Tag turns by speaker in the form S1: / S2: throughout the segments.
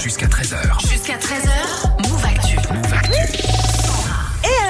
S1: jusqu'à 13h.
S2: Jusqu'à 13h, Move Actu.
S1: Move Actu.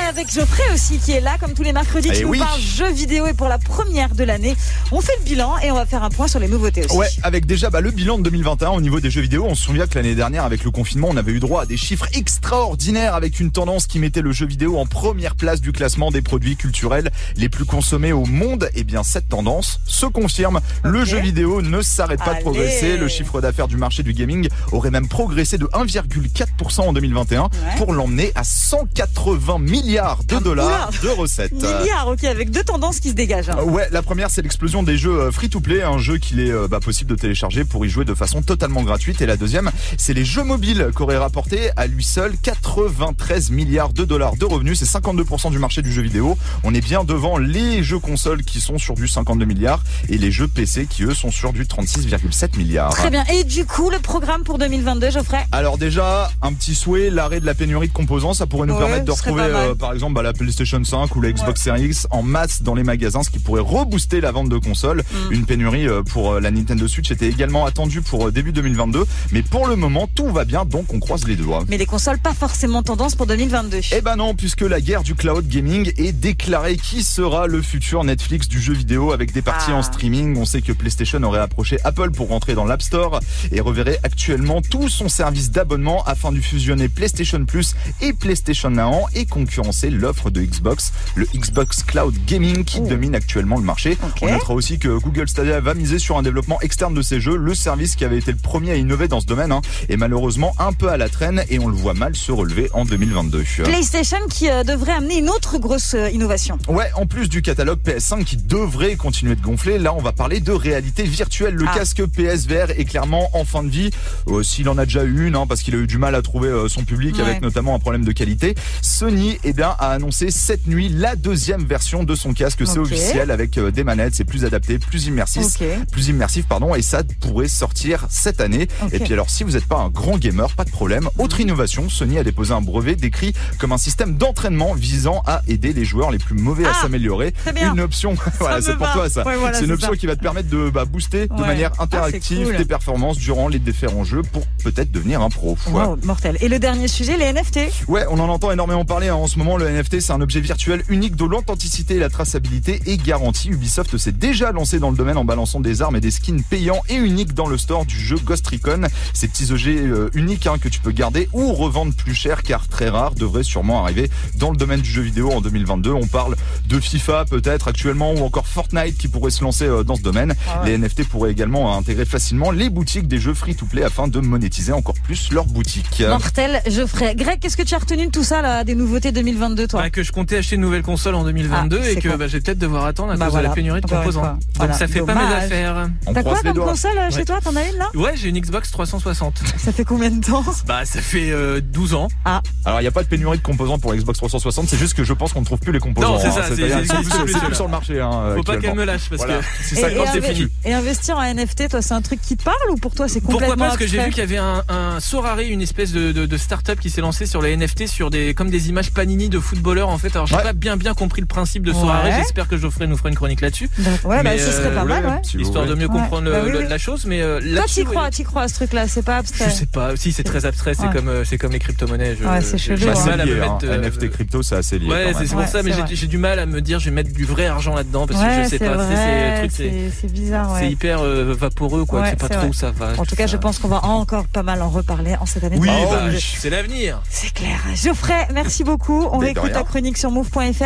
S3: Et avec Geoffrey aussi qui est là comme tous les mercredis qui
S4: Eh
S3: nous
S4: oui.
S3: parle jeux vidéo et pour la première de l'année on fait le bilan et on va faire un point sur les nouveautés aussi.
S4: Ouais, avec déjà bah, le bilan de 2021 au niveau des jeux vidéo. On se souvient que l'année dernière, avec le confinement, on avait eu droit à des chiffres extraordinaires avec une tendance qui mettait le jeu vidéo en première place du classement des produits culturels les plus consommés au monde. Et bien, cette tendance se confirme. Le
S3: Ok.
S4: jeu vidéo ne s'arrête pas
S3: Allez.
S4: de progresser. Le chiffre d'affaires du marché du gaming aurait même progressé de 1,4% en 2021 pour l'emmener à 180 milliards de
S3: Ah,
S4: dollars de recettes.
S3: Milliards, ok, avec deux tendances qui se dégagent. hein.
S4: Euh, Ouais, la première c'est l'explosion des jeux euh, free-to-play, un jeu qu'il est euh, bah, possible de télécharger pour y jouer de façon totalement gratuite. Et la deuxième, c'est les jeux mobiles qu'aurait rapporté à lui seul 93 milliards de dollars de revenus, c'est 52% du marché du jeu vidéo. On est bien devant les jeux consoles qui sont sur du 52 milliards et les jeux PC qui eux sont sur du 36,7 milliards.
S3: Très bien. Et du coup, le programme pour 2022, Geoffrey
S4: Alors déjà, un petit souhait, l'arrêt de la pénurie de composants, ça pourrait nous
S3: Ouais,
S4: permettre de
S3: ce serait
S4: retrouver
S3: pas mal.
S4: euh, par exemple bah, la PlayStation 5 ou la Xbox Series X en masse dans les magasins, ce qui pourrait rebooster la vente de consoles.
S3: Mm.
S4: Une pénurie euh, pour euh, la Nintendo Switch était également attendue pour euh, début 2022, mais pour le moment tout va bien, donc on croise les doigts.
S3: Mais les consoles, pas forcément tendance pour 2022.
S4: Eh ben non, puisque la guerre du cloud gaming est déclarée qui sera le futur Netflix du jeu vidéo avec des parties
S3: Ah.
S4: en streaming. On sait que PlayStation aurait approché Apple pour rentrer dans l'App Store et reverrait actuellement tout son service d'abonnement afin de fusionner PlayStation Plus et PlayStation Now et concurrencer l'offre de Xbox, le Xbox Cloud Gaming qui domine actuellement le marché.
S3: Oh. Ok.
S4: On notera aussi que Google Stadia va miser sur un développement externe de ses jeux, le service qui avait été le premier à innover dans ce domaine hein, est malheureusement un peu à la traîne et on le voit mal se relever en 2022.
S3: PlayStation qui euh, devrait amener une autre grosse euh, innovation.
S4: Ouais, en plus du catalogue PS5 qui devrait continuer de gonfler, là on va parler de réalité virtuelle. Le
S3: Ah.
S4: casque PSVR est clairement en fin de vie, euh, s'il en a déjà eu une, hein, parce qu'il a eu du mal à trouver euh, son public
S3: Ouais.
S4: avec notamment un problème de qualité. Sony eh bien, a annoncé cette nuit la deuxième version de son casque, c'est
S3: Ok.
S4: officiel, avec euh, des manettes, c'est plus adapté, plus immersif.
S3: Ok.
S4: Plus immersif, pardon, et ça pourrait sortir cette année.
S3: Ok.
S4: Et puis alors, si vous n'êtes pas un grand gamer, pas de problème. Autre innovation, Sony a déposé un brevet décrit comme un système d'entraînement visant à aider les joueurs les plus mauvais à
S3: Ah,
S4: s'améliorer.
S3: très bien.
S4: Une option, voilà,
S3: me
S4: c'est pour
S3: va.
S4: toi ça.
S3: Ouais, voilà,
S4: c'est une
S3: c'est
S4: option
S3: ça.
S4: qui va te permettre de bah, booster de
S3: Ouais.
S4: manière
S3: Ah, c'est
S4: interactive
S3: cool.
S4: tes performances durant les différents jeux pour peut-être devenir un pro. Voilà.
S3: Wow, mortel. Et le dernier sujet, les NFT.
S4: Ouais, on en entend énormément parler hein. en ce moment. Le NFT, c'est un objet virtuel unique dont l'authenticité et la traçabilité est garantie. Ubisoft s'est déjà lancé dans le domaine en balançant des armes et des skins payants et uniques dans le store du jeu Ghost Recon. Ces petits objets euh, uniques hein, que tu peux garder ou revendre plus cher car très rares devraient sûrement arriver dans le domaine du jeu vidéo en 2022. On parle de FIFA peut-être actuellement ou encore Fortnite qui pourrait se lancer euh, dans ce domaine.
S3: Ah
S4: Les NFT pourraient également euh, intégrer facilement les boutiques des jeux free-to-play afin de monétiser encore plus leurs boutiques.
S3: Mortel, Geoffrey. Greg, qu'est-ce que tu as retenu de tout ça, là, des nouveautés 2022, toi
S5: Bah, que je comptais acheter une nouvelle console en 2022
S3: Ah, c'est
S5: et que
S3: quoi
S5: bah, je vais peut-être devoir attendre à
S3: Bah
S5: cause de
S3: voilà,
S5: la pénurie de
S3: encore une
S5: composants.
S3: fois.
S5: Donc
S3: Voilà,
S5: ça fait pas mes
S3: dommage.
S5: affaires.
S4: On
S3: T'as
S4: croise
S3: quoi
S4: les
S3: comme
S4: doigts.
S3: console euh, chez
S5: Ouais.
S3: toi T'en as une là
S5: Ouais, j'ai une Xbox 360.
S3: Ça fait combien de temps
S5: bah ça fait euh, 12 ans.
S4: Alors il n'y a pas de pénurie de composants pour la Xbox 360, c'est juste que je pense qu'on ne trouve plus les composants.
S5: Non, c'est ça,
S4: hein.
S5: c'est-
S4: C'est-à-dire,
S5: c'est-
S4: ils sont plus- c'est
S5: c'est- c'est-
S4: plus sur le marché. Hein,
S5: Faut pas qu'elle
S4: actuellement.
S5: me lâche parce
S4: Voilà.
S5: que
S4: C'est
S3: et, euh,
S4: ça, quand
S3: et
S4: c'est
S3: inve-
S4: fini.
S3: et investir en NFT, toi, c'est un truc qui te parle ou pour toi, c'est complètement
S5: Pourquoi pas Parce que j'ai vu
S3: abstrait
S5: qu'il y avait un, un Sorare, une espèce de, de, de start-up qui s'est lancée sur les NFT, sur des comme des images panini de footballeurs en fait. Alors j'ai
S4: Ouais.
S5: pas bien bien compris le principe de Sorare.
S3: Ouais.
S5: J'espère que Geoffrey nous fera une chronique là-dessus,
S3: Bah, Ouais, bah,
S5: Mais,
S3: ce serait
S5: euh,
S3: pas
S4: Vous
S3: mal,
S4: voulez,
S3: ouais.
S4: si vous
S5: histoire de
S4: voulez.
S5: mieux
S3: Ouais.
S5: comprendre le-
S3: Bah oui,
S5: le-
S3: oui.
S5: la chose. Mais euh,
S3: Toi,
S5: là-dessus,
S3: t'y
S5: ouais,
S3: crois, t'y crois à ce truc-là, c'est pas
S5: Je
S3: abstrait.
S5: sais pas. Si c'est très abstrait, c'est
S3: Ouais.
S5: comme euh, c'est comme les crypto-monnaies. Je-
S3: Ouais, c'est
S5: j'ai- j'ai
S3: chelou,
S4: Bah,
S5: du
S3: hein.
S4: c'est
S5: mal à me
S4: lié, hein.
S5: mettre, euh,
S4: NFT crypto, c'est assez lié.
S5: Ouais,
S4: quand
S5: c'est
S4: même.
S5: c'est pour
S3: Ouais,
S5: ça, mais
S3: c'est
S5: j'ai-
S3: vrai.
S5: j'ai du mal à me dire, je vais mettre du vrai argent là-dedans parce que
S3: Ouais,
S5: je
S3: c'est
S5: sais pas.
S3: vrai,
S5: c'est- C'est truc, c'est-
S3: c'est- c'est bizarre,
S5: c'est
S3: ouais.
S5: hyper euh, vaporeux, quoi.
S3: Ouais,
S5: tu sais pas
S3: c'est
S5: trop
S3: vrai.
S5: où ça va.
S3: En tout cas, je pense qu'on va encore pas mal en reparler en cette année.
S4: Oui,
S5: Oui,
S3: de
S4: bah,
S5: bah,
S3: je-
S5: c'est l'avenir.
S3: c'est clair. Geoffrey, merci beaucoup. On
S4: Mais de
S3: réécoute
S4: rien.
S3: ta chronique sur move.fr.